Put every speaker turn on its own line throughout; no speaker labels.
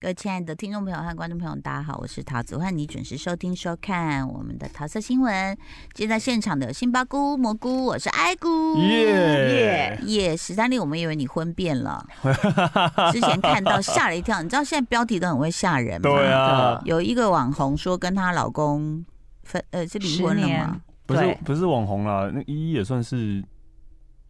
各位亲爱的听众朋友和观众朋友，大家好，我是桃子，欢迎你准时收听收看我们的桃色新闻。今天在现场的有杏鲍菇、蘑菇，我是爱菇，
耶
耶！
耶，史丹利，我们以为你婚变 了，之前看到吓了一跳。你知道现在标题都很会吓人吗？
对啊，
有一个网红说跟她老公分，呃，是离婚了吗
十年？
不是
对
不是网红啦，那依依也算是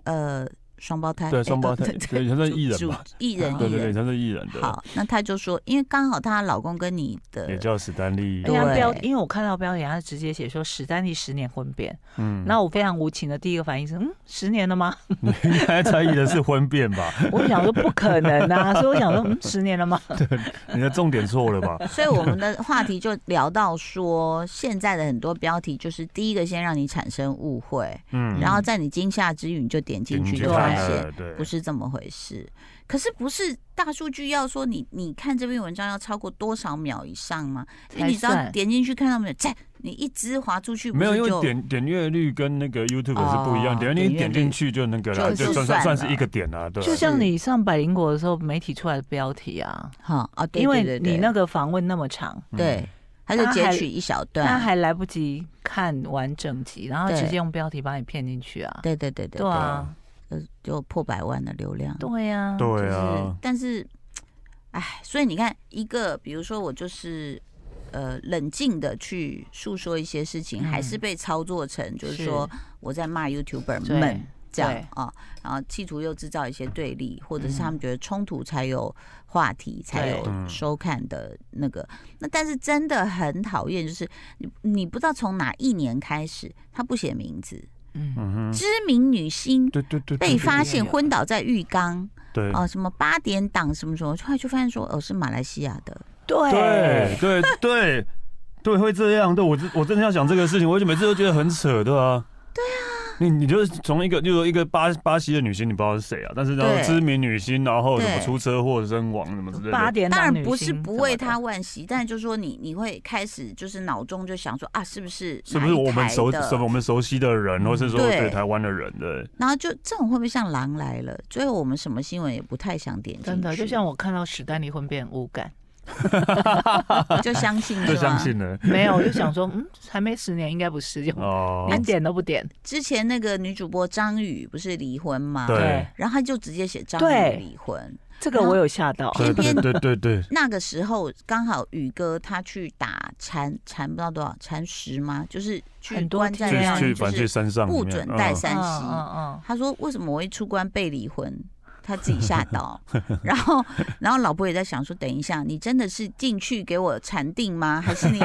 呃，双胞胎，
对
哎
双胞胎
呃对
对也算艺人吧
主艺人，
对
艺
对对，
人。
他是艺人的，
好，那他就说，因为刚好她老公跟你的
也叫史丹利。
对
人家标，因为我看到标题，他直接写说史丹利十年婚变，
嗯
那我非常无情的第一个反应是，嗯，十年了吗？
你应该猜疑的是婚变吧？
我想说不可能啊， 所以我想说，嗯，十年了吗？
你的重点错了吧？
所以我们的话题就聊到说，现在的很多标题就是第一个先让你产生误会，
嗯
然后在你惊吓之余你就点进去
你
就
去
发
看
现
了，对，
不是这么回事。可是不是大数据要说你你看这篇文章要超过多少秒以上吗？因为你知
才
道
算
点进去看到没有？在你一直滑出去，不
没有，
是
因为
就
点点阅率跟那个 YouTube
哦
是不一样，点阅
点阅
率
率
点进去就那个了，
就
就算
就算
算算
了
是一个点啊，对。
就像你上百灵果的时候，媒体出来的标题啊，
好啊？对
因为
对对
你
对
那个访问那么长，
嗯
对，他就
他
截
还
取一小
他
段，
还来不及看完整集，然后
对
直接用标题把你骗进去啊。
对对对对
对，啊，
呃就破百万的流量。
对啊，
对
就是
啊，，
但是，哎，所以你看，一个比如说我就是呃冷静的去诉说一些事情，还是
嗯
被操作成就是
是
说我在骂 YouTuber
对
们。这样
对
啊，然后企图又制造一些对立，或者是
嗯
他们觉得冲突才有话题，才
对
有
嗯
收看的那个。那但是真的很讨厌，就是你你不知道从哪一年开始，他不写名字，
嗯，
嗯哼，
知名女星
对对对，对
被
对
发
对
现
对
昏倒在浴缸，
对
哦，什么八点档什么什么，后来就发现说，哦，是马来西亚的，
对
哎
对，
对对对，会这样。对我真我真的要讲这个事情，我就每次都觉得很扯，对啊。对啊。你你就是从一个就是一个巴巴西的女星，你不知道是谁啊，但是然后
对
知名女星，然后什么
对
出车祸身亡什么之类
八
的，
点
当然
档女
不
星
是不为
什么
他
的，
惋惜，但就说你你会开始就是脑中就想说啊，是不是
是不是
哪一
我
台
们熟
的
什么我们熟悉的人，
嗯
或是说
对
对台湾的人对，
然后就这种会不会像狼来了？最后我们什么新闻也不太想点进去，
真的就像我看到史丹利婚变无感，
就相 信
就是相
吗？
信了
没有，我就想说，嗯，还没十年，应该不是，就
哦。
连点都不点。
之前那个女主播张宇不是离婚吗？
对，
然后他就直接写张宇
对
离婚。
这个我有吓到。
对对对对对，
那个时候刚好宇哥他去打蝉蝉不知道多少蝉十吗？就是去
很多
关在
对天
那
啊
去去
里，
反
就
正
是
去山上里
不
面
准带
嗯
三
嗯
西。
嗯嗯，
他说为什么我一出关被离婚？他自己吓到， 然后，然后老婆也在想说，等一下，你真的是进去给我禅定吗？还是你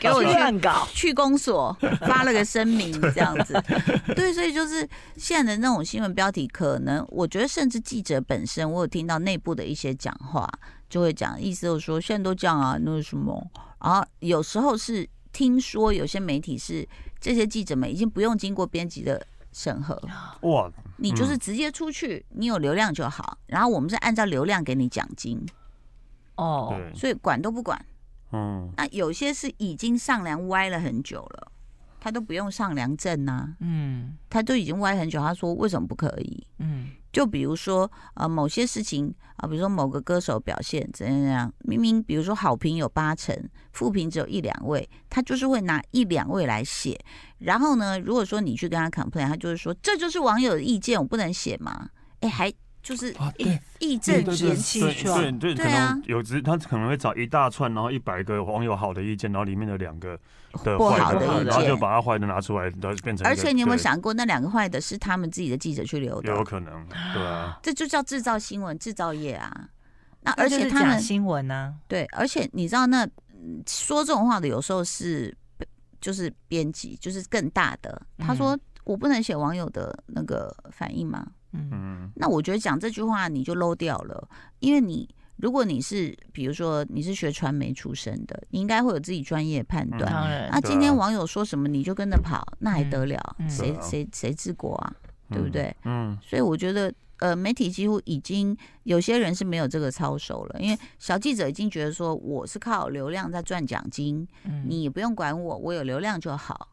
给我
去
去
乱搞。
去公所 发了个声明这样子？对，所以就是现在的那种新闻标题，可能我觉得甚至记者本身，我有听到内部的一些讲话，就会讲，意思就是说现在都这样啊，那有什么？然后有时候是听说有些媒体是这些记者们已经不用经过编辑的审核。
嗯哇，
你就是直接出去，你有流量就好。然后我们是按照流量给你奖金，
哦，
对，
所以管都不管。
嗯，
那有些是已经上梁歪了很久了，他都不用上梁正呐、
嗯
他都已经歪很久。他说为什么不可以？
嗯，
就比如说呃某些事情啊、比如说某个歌手表现怎样怎样，明明比如说好评有八成，负评只有一两位，他就是会拿一两位来写。然后呢，如果说你去跟他 complain，他就是说这就是网友的意见，我不能写吗？哎，还就是
啊
义
对
义正
对
言
对
辞
对
状
对对，可
对啊
能有只他可能会找一大串，然后一百个网友好的意见，然后里面的两个的
不
坏
好
的意见
然后就把他坏的拿出来，然后变成一个。
而且你有没有
对？
想过，那两个坏的是他们自己的记者去留
也有
的？
可能，对啊，
这就叫制造新闻、制造业啊！那
那
而
就
且
是
他
假
们
新闻呢？
对，而且你知道那，嗯说这种话的有时候是就是编辑，就是更大的。他说：“
嗯
我不能写网友的那个反应吗？”
嗯，
嗯，
那我觉得讲这句话你就 low 掉了，因为你如果你是比如说你是学传媒出身的，你应该会有自己专业判断。
嗯
当然
那今天
对啊
网友说什么你就跟着跑，那还得了？
嗯嗯
谁
对啊
谁谁治国啊？对不对？
嗯？
所以我觉得，呃，媒体几乎已经有些人是没有这个操守了，因为小记者已经觉得说我是靠流量在赚奖金，
嗯
你也不用管我，我有流量就好。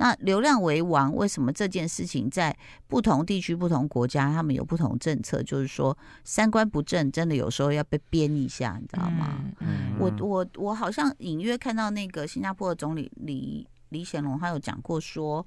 那流量为王，为什么这件事情在不同地区、不同国家，他们有不同政策？就是说，三观不正，真的有时候要被鞭一下，你知道吗？
嗯嗯
我
嗯
我我好像隐约看到那个新加坡的总理李李显龙，他有讲过说，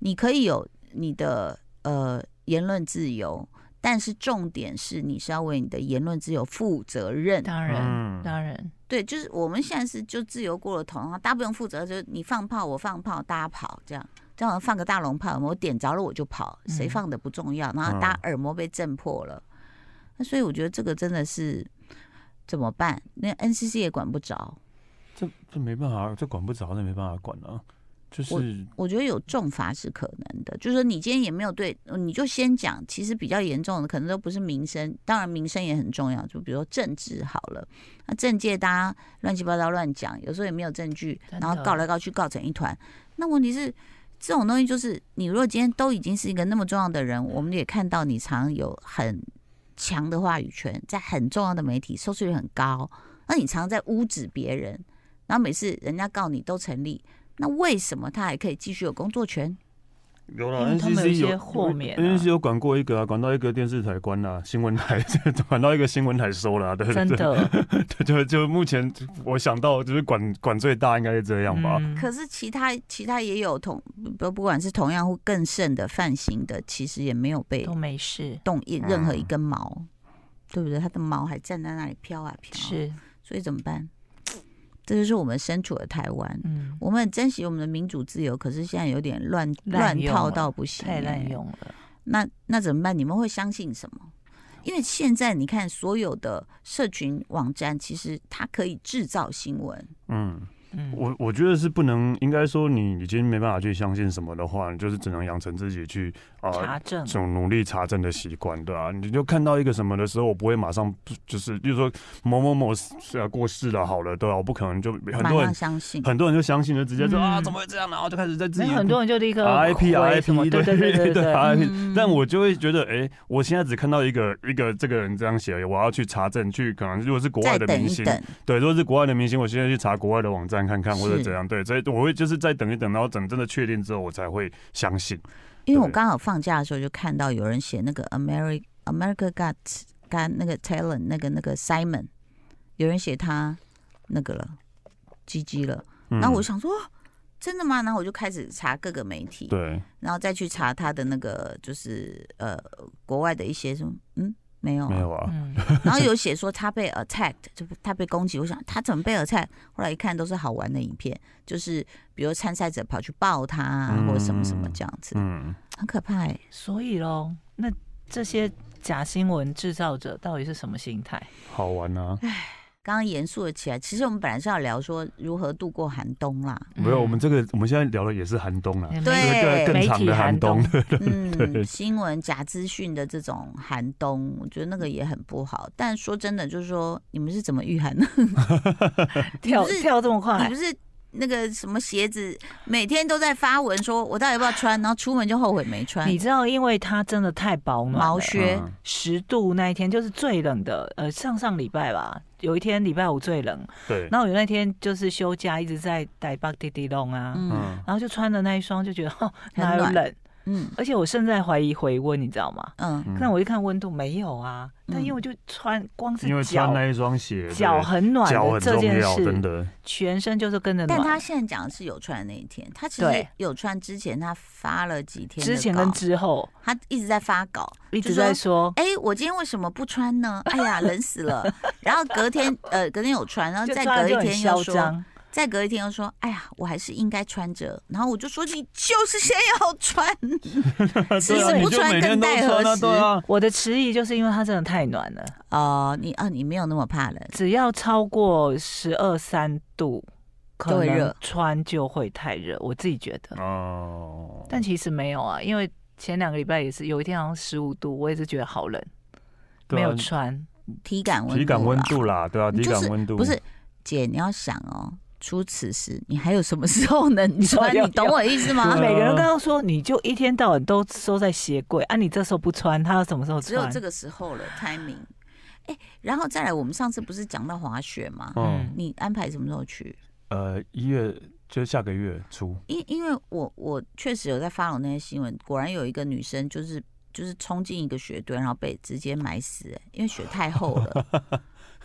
你可以有你的呃言论自由，但是重点是你是要为你的言论自由负责任。
当然
嗯
当然，
对，就是我们现在是就自由过了头，然后大家不用负责，就是你放炮我放炮，大家跑这样。这样放个大龙炮，我点着了我就跑，谁
嗯
放的不重要，然后大家耳膜被震破了。那所以我觉得这个真的是怎么办？那 NCC 也管不着。
这这没办法，这管不着，那没办法管啊。就是
我觉得有重罚是可能的，就是说你今天也没有对，呃你就先讲，其实比较严重的可能都不是民生，当然民生也很重要，就比如说政治好了，那政界大家乱七八糟乱讲，有时候也没有证据，
真的
然后告来告去告成一团，那问题是。这种东西就是，你如果今天都已经是一个那么重要的人，我们也看到你常有很强的话语权，在很重要的媒体收视率很高，那你常在污指别人，然后每次人家告你都成立，那为什么他还可以继续有工作权？
有
因
了
为他们有
NCC
一些
有
豁免啊
NCC 有管过一个啊，管到一个电视台关了、新闻台管到一个新闻台收了、啊，对对
真
对，
的
对就就目前我想到就是管管最大应该是这样吧。
嗯
可是其他其他也有同不不管是同样或更甚的犯行的，其实也没有被
都没事，
动一任
嗯
何一根毛，对不对？他的毛还站在那里飘啊飘，，
是
所以怎么办？这就是我们身处的台湾，
嗯，
我们很珍惜我们的民主自由，可是现在有点乱
滥
乱
用
套
了
到不行、欸
太滥。用了，
那那怎么办？你们会相信什么？因为现在你看，所有的社群网站其实它可以制造新闻，
嗯，
嗯，
我我觉得是不能，应该说你已经没办法去相信什么的话，你就是只能养成自己去啊。
查证
这种努力查证的习惯，对啊，你就看到一个什么的时候，我不会马上就是，就是说某某某是啊过世了，好了，对啊，我不可能就很
马
多
上
人
相信。
很多人就相信了，直接说、
嗯
啊怎么会这样，然后就开始在自
没
己啊
有很多人就立刻
RIP
回什么
RIP，
对对对对对，
RIP，
嗯
但我就会觉得，哎、我现在只看到一个一个这个人这样写而已，我要去查证，去可能如果是国
再
外的
等
明
一
星，
等，
对，如果是国外的明星，我现在去查国外的网站看看或者
是
怎样，对，所以我会就是再等一等，然后等真的确定之后，我才会相信。
因为我
对
刚好放假的时候就看到有人写那个 America America Got Got 那个 Talent 那个那个 Simon，有人写他那个了，GG 了。
嗯
然后我想说，真的吗？然后我就开始查各个媒体，
对，
然后再去查他的那个就是呃国外的一些什么，嗯，没有、啊，
没有啊，
嗯，
然后有写说他被 attacked，就他被攻击。我想他怎么被 attack？后来一看都是好玩的影片，就是比如参赛者跑去抱他啊，
嗯
或者什么什么这样子，
嗯。
很可怕、欸。
所以喽，那这些假新闻制造者到底是什么心态？
好玩啊！
哎
刚刚严肃了起来，其实我们本来是要聊说如何度过寒冬啦。
没有，我们这个我们现在聊的也是寒冬啊，
嗯
对
这个更
媒
长
体
的
寒
寒冬。
嗯，
对
新闻假资讯的这种寒冬，我觉得那个也很不好。但说真的，就是说你们是怎么御 寒的？
跳
不是
跳这么
你
哎
快
不，是那个什么鞋子，每天都在发文说我到底要不要穿，然后出门就后悔没穿
你知道，因为它真的太保暖了，
毛靴。
嗯
十度那一天就是最冷的，呃，上上礼拜吧，有一天礼拜五最冷，
对，
然后有那天就是休假一直在台北滴滴隆啊，
嗯
嗯，
然后就穿的那一双就觉得 哦
很
哪有
暖
冷，
嗯
而且我甚至在怀疑回温，你知道吗？
嗯，
嗯
那我一看温度没有啊，但
嗯
因为我就穿光是
嗯因为穿
脚
那一双鞋，对
脚很暖
脚
的
很
这
重
件
要，真
事，
的。
全身就是跟着
但他
暖。
现在讲的是有穿的那一天，他其实
对
有穿之前，他发了几天的
之前
稿
跟之后
他一直在发稿，
一
就
直
说
在说，
哎、我今天为什么不穿呢？哎呀，冷死了。然后隔天，呃，隔天有穿，然后
就
再
穿得
隔一
就很
天又
嚣
说，
张，
再隔一天又说，哎呀，我还是应该穿着。然后我就说，你就是先要穿， 其
对啊
实
你
不
就
穿
每
更
天都
待
穿
何
啊
时
对啊，
我的迟疑就是因为它真的太暖了，
哦，你啊，你没有那么怕冷，
只要超过十二三度，
就
可
会
能
热
穿就会太热，我自己觉得。
哦，
但其实没有啊，因为前两个礼拜也是有一天好像十五度，我也是觉得好冷，
对
没
啊
有穿。
体感温
体感
啦
温度啦，对啊，
你
体
就是
感温度
不是，姐，你要想哦，除此时，你还有什么时候能 穿？
有
你懂我意思 吗？
对啊
每个人刚刚说，你就一天到晚都收在鞋柜啊，你这时候不穿，他要什么时候
只有
穿？
这个时候了，timing。哎、然后再来，我们上次不是讲到滑雪吗？
嗯
嗯
你安排什么时候去？
呃一月就是下个月初，
因因为我我确实有在发了那些新闻，果然有一个女生就是就是冲进一个雪堆，然后被直接埋死、欸因为雪太厚了。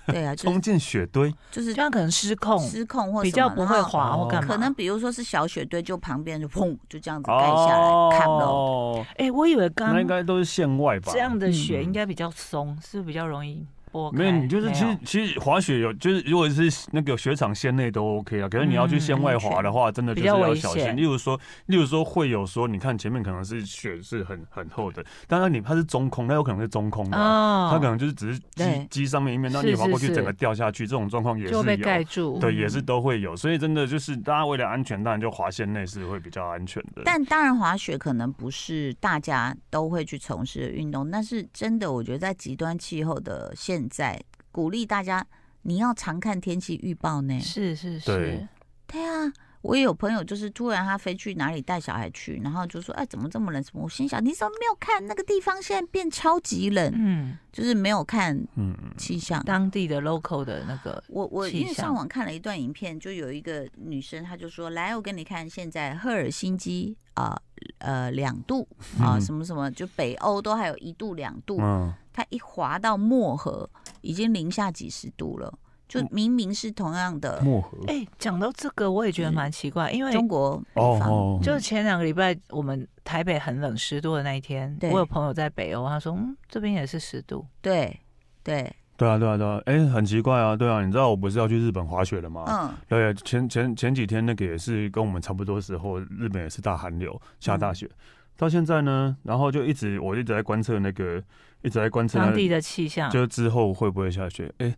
对啊，就
冲
是
进雪堆，
就是
这样可能失控，
失控或
比
什么
较不会
然后
滑
哦
或干嘛。
可能比如说是小雪堆，就旁边就砰就这样子盖下来，看了。
哦，
哎，我以为刚
那应该都是县外吧？
这样的雪
嗯
应该比较松，是不是比较容易拨开。
没有，你就是
没
其实
有
其实滑雪有，就是如果是那个雪场县内都 OK 啊，可是你要去
嗯
县外滑的话，真的就是
比较
要
危
小心。
险
例如说，例如说会有说，你看前面可能是雪是很很厚的，当然你它是中空，它有可能是中空的啊、
哦，
它可能就是只是
对
机机上面一面，那
是
你滑过去
是是
整个掉下去，这种状况也是
就被盖
有。啊
住。
对，也是都会有，所以真的就是大家为了安全，当然就滑线内是会比较安全的。
但当然，滑雪可能不是大家都会去从事的运动，但是真的，我觉得在极端气候的现在，鼓励大家你要常看天气预报呢。
是
对
是是，
对啊，我也有朋友，就是突然他飞去哪里带小孩去，然后就说：“哎，怎么这么冷？”什么？我心想，你怎么没有看那个地方现在变超级冷？
嗯，
就是没有看
嗯，嗯
气象。
当地的 local 的那个
我我
气
因为上
象
网看了一段影片，就有一个女生，她就说：“来，我给你看现在赫尔辛基啊呃两度啊、
嗯
什么什么，就北欧都还有一度两度，
嗯，
它一滑到漠河已经零下几十度了，就
嗯
明明是同样的
漠河
哎、讲到这个，我也觉得蛮奇怪，因为
中国北
哦
方，
哦，
就是前两个礼拜我们台北很冷十度的那一天，
对
我有朋友在北欧，他说嗯这边也是十度，
对对，
对啊对啊对啊，哎、很奇怪啊，对啊，你知道我不是要去日本滑雪了吗？
嗯，
对，啊前前前几天那个也是跟我们差不多时候，日本也是大寒流，下
嗯
大雪。到现在呢，然后就一直我一直在观测那个，一直在观测那
当
个
地的啊气象
就之后会不会下雪？哎、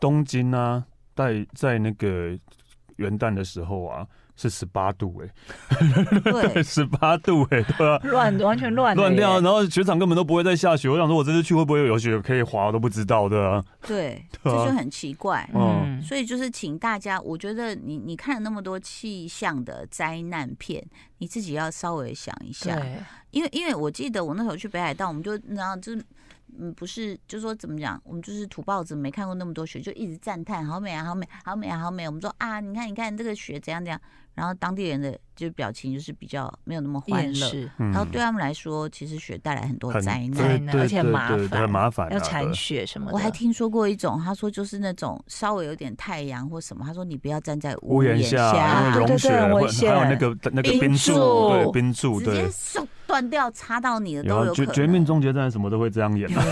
东京啊，在在那个元旦的时候啊，是十八度哎、
嗯 对，
十八度哎、对啊。
乱完全 乱了
乱掉，
耶
然后雪场根本都不会再下雪。我想说，我这次去会不会有雪可以滑，我都不知道的啊。
对，
对
这
啊
就很奇怪。
嗯
嗯，
所以就是请大家，我觉得你你看了那么多气象的灾难片，你自己要稍微想一下，
对，
因为因为我记得我那时候去北海道，我们就然后就是。嗯，不是，就说怎么讲，我们就是土包子，没看过那么多雪，就一直赞叹好美啊，好美，好美啊，好美。我们说啊，你看，你看这个雪怎样怎样，然后当地人的就表情就是比较没有那么欢
厌
乐，
世，
嗯
然后哦对他啊们来说，其实雪带来很多
很
灾难，
对
灾难
对
而且
对
麻
对对
烦
很麻烦啊，
要
对
铲雪什么的，
我还听说过一种，他说就是那种稍微有点太阳或什么，他说你不要站在
屋檐
下，
下，因为融
对对对
雪
很危
会，还有那
险
个那个
冰
冰
柱
柱，对冰柱，
直接
对。
手断掉插到你的
然
都
后
有
绝
可能。
绝命终结战什么都会这样演啊，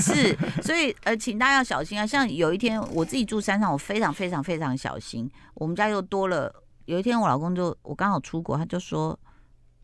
是，所以呃，请大家要小心啊！像有一天我自己住山上，我非常非常非常小心。我们家又多了，有一天我老公就我刚好出国，他就说。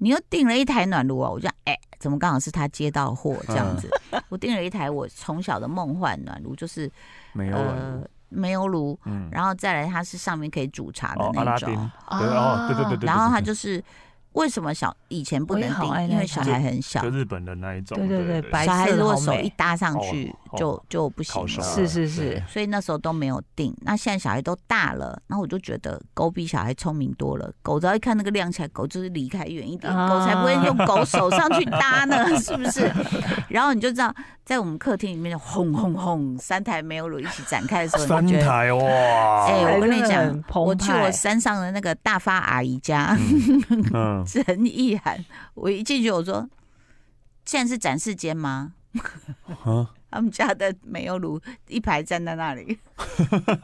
你又订了一台暖炉啊！我就想哎、怎么刚好是他接到货这
嗯
样子？我订了一台我从小的梦幻暖炉，就是
没有
呃
了。
煤油炉，
嗯，
然后再来它是上面可以煮茶的
哦，阿
那
拉
种
丁，。对哦，对对对对，
然后它
对
就是为什么小以前不
我也
能
好爱
订，
那
因为
一
小
台
孩很小
就，日本的那一种，
对对对白
小孩
色的
如果
好
手
美
一搭上
哦
去
哦
就就不行
烤啊熟
了
了，
是是是
对
所以那时候都没有订。那现在小孩都大了，那我就觉得狗比小孩聪明多了。狗只要一看那个亮起来，狗就是离开远一点，
啊
狗才不会用狗手上去搭呢， 是不是？ 然后你就知道，在我们客厅里面就轰轰轰，三台没有炉一起展开的时候，
三
你就觉得。
台哇，
哎、我跟你
真的
讲
很，澎
我去我
湃
山上的那个大发阿姨家，
嗯，
陈意涵，我一进去我说：“现在是展示间吗？”
啊，
他们家的煤油炉一排站在那里，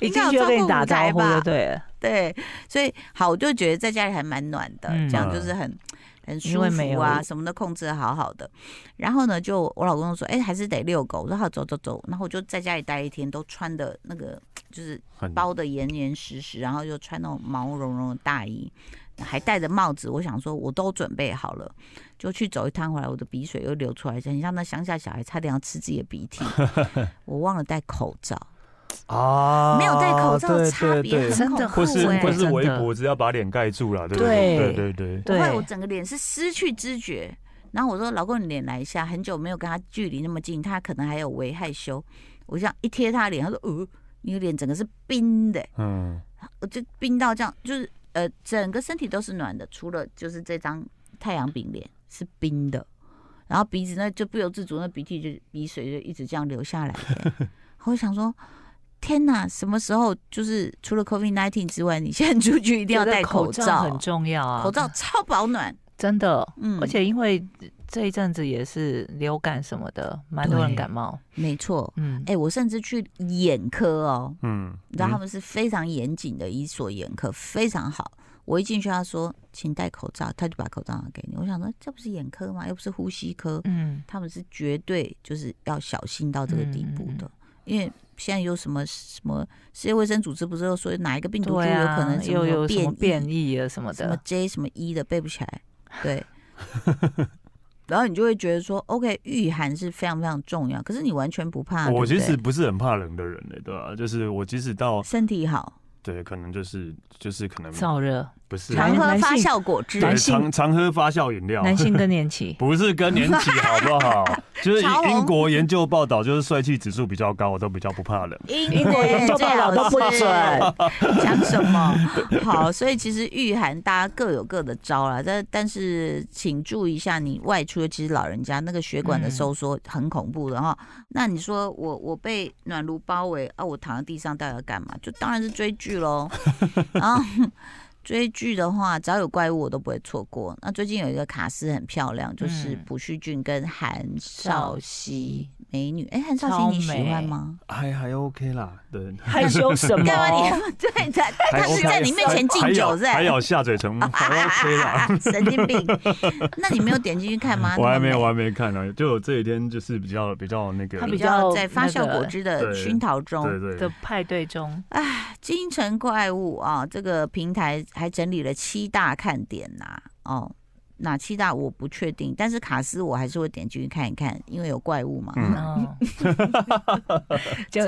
已
应该有
经就
超过
跟你打
五台
招呼
吧
就对了，
对，所以好，我就觉得在家里还蛮暖的，
嗯
这样就是很很
因
舒
为没
服
有
啊，
路
什么都控制的好好的。然后呢，就我老公就说，哎、还是得遛狗。我说好，走走走。然后我就在家里待一天，都穿的那个就是
很
包的严严实实，然后又穿那种毛茸茸的大衣，还戴着帽子。我想说，我都准备好了，就去走一趟回来，我的鼻水又流出来，很像那乡下小孩差点要吃自己的鼻 涕。我忘了戴口罩，哦
啊，
没有戴口罩的
对
差
对
别
对
很
真的
恐
或
怖
是
欸
或是
真
围
的
脖子要把脸盖住了，对对对
对
对，
我
对
后，来我整个脸是失去知觉。然后我说：“老公，你脸来一下，很久没有跟他距离那么近，他可能还有微害羞。”我这样一贴他的脸，他说：“呃，你的脸整个是冰的，欸
嗯，
我就冰到这样，就是呃，整个身体都是暖的，除了就是这张太阳饼脸是冰的，然后 鼻子呢就不由自主，那鼻涕就鼻水就一直这样流下来。我想说，天哪，什么时候就是除了 COVID nineteen 之外，你现在出去一定要戴
口
罩，
很重要啊，
口罩超保暖。
真的，
嗯，
而且因为这一阵子也是流感什么的，蛮多人
对
感冒，
没错。
嗯，
哎、我甚至去眼科哦，
嗯，
你知道他
嗯
们是非常严谨的一所眼科，非常好。我一进去，他说请戴口罩，他就把口罩拿给你。我想说，这不是眼科吗？又不是呼吸科，
嗯，
他们是绝对就是要小心到这个地步
嗯
的，因为。现在有什么什么世界卫生组织不是又说哪一个病毒株
对
有
啊
可能什
又有
么
什么
变
变异啊什么
什么
的，
J 什么 E 的背不起来，对。然后你就会觉得说，OK，御寒是非常非常重要，可是你完全不怕。
我
对不
其
对
实不是很怕冷的人嘞、对吧、啊就是我即使到
身体好，
对，可能就是就是可能
燥热，
不是
常喝
男
发
性
酵果汁，
对
男性
常常喝发酵饮料，，
男性更年 期
不是更年期好不 好？就是
潮
英
红
国研究报道，就是帅气指数比较高，我都比较不怕冷。
英
国人做
最
报
好
道都不
是讲什么？好，所以其实御寒大家各有各的招啦，但但是请注意一下，你外出，尤其是老人家那个血管的
嗯
收缩很恐怖的哈。那你说我我被暖炉包围啊，我躺在地上到底要干嘛？就当然是追剧喽。然后追剧的话，只要有怪物我都不会错过。那最近有一个卡斯很漂亮，就是
嗯
朴叙俊跟韩少熙美女。哎、韩少
超
熙你喜欢
美
吗？
还还 OK 啦，对，
害羞什么？
干嘛你对他他是在你面前敬酒是
还
吧？
咬下嘴唇，还 OK 啦。
神经病！那你没有点进去看吗？
我还没有，
啊那
我
么
还没看呢，就我这几天就是比较比较那个
他
美。
比
比
较
较在发
那
酵
个
果汁的
对
熏陶
对
中，
对
的派对 中，
京城怪物啊，这个平台还整理了七大看点呐、哦，哪七大我不确定，但是卡斯我还是会点进去看一看，因为有怪物嘛。
嗯
嗯，就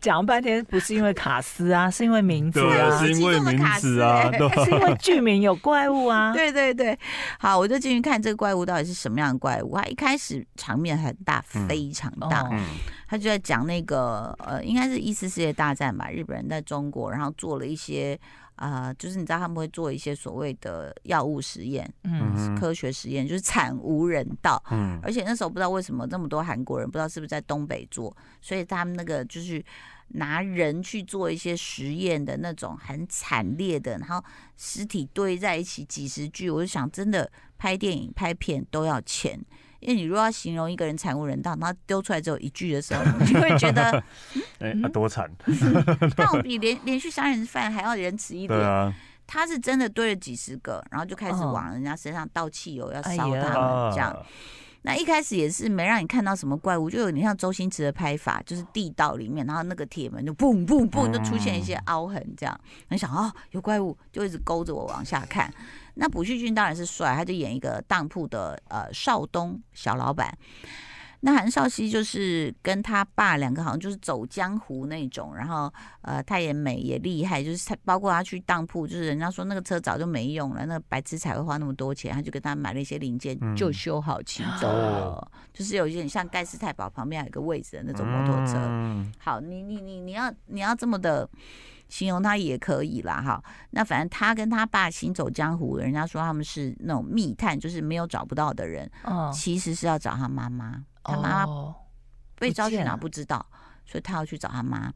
讲半天不是因为卡斯啊，是因为名字
对，
啊，
是因为名字啊，
其中的卡斯欸
对
是因为剧名有怪物啊，
对对对，好，我就进去看这个怪物到底是什么样的怪物。它一开始场面很大，
嗯
非常大，
哦
嗯，
他就在讲那个呃，应该是一次世界大战吧，日本人在中国，然后做了一些啊、呃就是你知道他们会做一些所谓的药物实验、
嗯
嗯，
哼
科学实验，就是惨无人道。
嗯，
而且那时候不知道为什么那么多韩国人，不知道是不是在东北做，所以他们那个就是拿人去做一些实验的那种很惨烈的，然后尸体堆在一起几十具，我就想真的拍电影拍片都要钱。因为你如果要形容一个人惨无人道，然后丢出来只有一句的时候，你就会觉得
哎、啊
嗯
多惨，
那我比连连续杀人犯还要仁慈一
对
点。
啊，
他是真的堆了几十个，然后就开始
哦
往人家身上倒汽油，要
哎
烧他
呀
啊
们嗯这样。那一开始也是没让你看到什么怪物，就有点像周星驰的拍法，就是地道里面，然后那个铁门就嘣嘣嘣
嗯
就出现一些凹痕，这样。你想哦，有怪物，就一直勾着我往下看。那朴叙俊当然是帅，他就演一个当铺的呃少东小老板。那韩少熙就是跟他爸两个好像就是走江湖那种，然后呃他也美也厉害，就是他包括他去当铺，就是人家说那个车早就没用了，那个白痴才会花那么多钱，他就跟他买了一些零件
嗯
就修好骑走了，就是有一点像盖世太保旁边还有一个位置的那种摩托车。
嗯
好，你你你你要你要这么的形容他也可以啦哈。那反正他跟他爸行走江湖，人家说他们是那种密探，就是没有找不到的人，
嗯，
其实是要找他妈妈。他妈妈
哦，
被
不
招去
见
哪
了
不知道，所以他要去找他妈。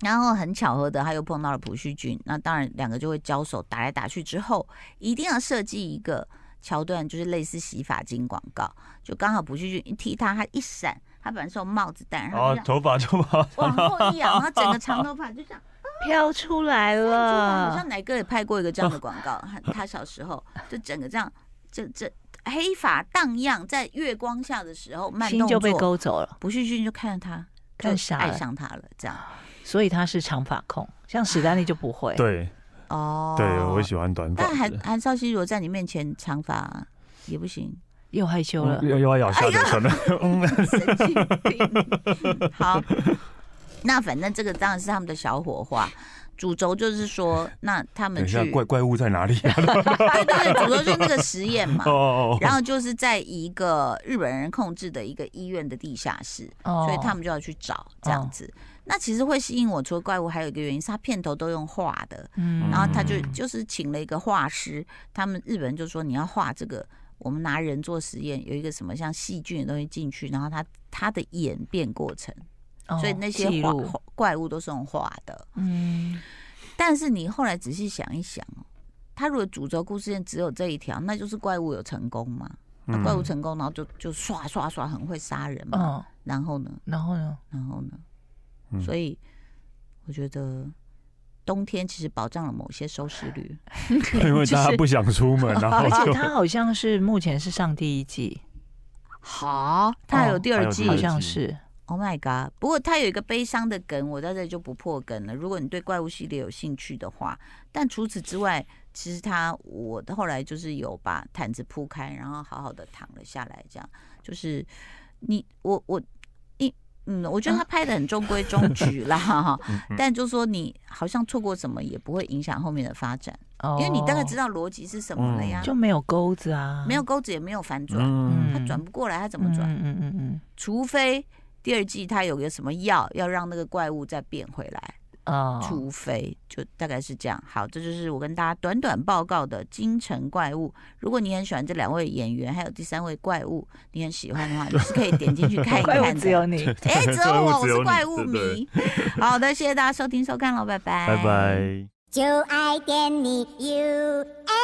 然后很巧合的，他又碰到了朴叙俊，那当然两个就会交手，打来打去之后，一定要设计一个桥段，就是类似洗发精广告，就刚好朴叙俊一踢他，他一闪，他本来是有帽子戴，然
然
后
后
哦
他就这样
哦头发就跑，
往后一仰，然后整个长头发就这 样。
飘出来
好
了
像，奶哥也拍过一个这样的广告，他小时 候就整个这样，这这黑发荡漾在月光下的时候，慢
心
动
就被
作，
勾走了，
不旭俊就看着他，就
看傻
爱
了，
上他了，这样
所以他是长发控，像史丹利就不会，
对
哦。
对，我喜欢短发
但韩
的，
韩少熙如果在你面前长发也不行，
又害羞了
嗯，又又要咬
哎
下嘴唇了， 嗯
神经病。 好，那反正这个当然是他们的小火花。主轴就是说，那他
等
们
一
去
下，怪怪物在哪里啊？
对对对，主轴就是那 个实验嘛
哦。哦哦，
然后就是在一个日本人控制的一个医院的地下室，
哦
所以他们就要去找这
哦
样子。那其实会吸引我，除了怪物，还有一个原因是他片头都用画的，
嗯
然后他就
嗯
就是请了一个画师，他们日本人就说你要画这个，我们拿人做实验，有一个什么像细菌的东西进去，然后他他的演变过程，
哦
所以那些
记
画
录，
怪物都是用画的。
嗯，
但是你后来仔细想一想，哦他如果主轴故事线只有这一条，那就是怪物有成功嘛？
嗯
那
嗯
怪物成功，然后就就刷刷刷很会杀人嘛？
哦，
然后呢？
然 后呢？
然后呢？
嗯
所以我觉得冬天其实保障了某些收视率。
因为大家不想出门， 然后
而 且
就
他好像是目前是上第一季，
好，它还有第
还
二
哦有
季
第
好
二。季
像是
Oh my god！不过它有一个悲伤的梗，我在这里就不破梗了。如果你对怪物系列有兴趣的
嗯
话，但除此之外，其实它我后来就是有把毯子铺开，然后好好的躺了下来，这样就是你我我一嗯，我觉得他拍的很中规中矩啦，哈
嗯嗯
但就说你好像错过什么也不会影响后面的发展，
哦，
因为你大概知
道
道逻辑是什么了呀，
就没有钩子啊，
没有钩子也没有反转，
哦嗯，
它转不过来，它怎么转？
嗯嗯嗯嗯
除非第二季它有个什么药要让那个怪物再变回来，
嗯，哦，
除非就大概是这样。好，这就是我跟大家短短报告的《京城怪物》。如果你很喜欢这两位演员，还有第三位怪物，你很喜欢的话，你是可以点进去看一
怪
看
物只有
的。
你，
哎，只有我，我
只有
是
你
怪物
对对
迷。好嗯的，谢谢大家收听收看了，拜拜，
拜拜。
就爱点你 U。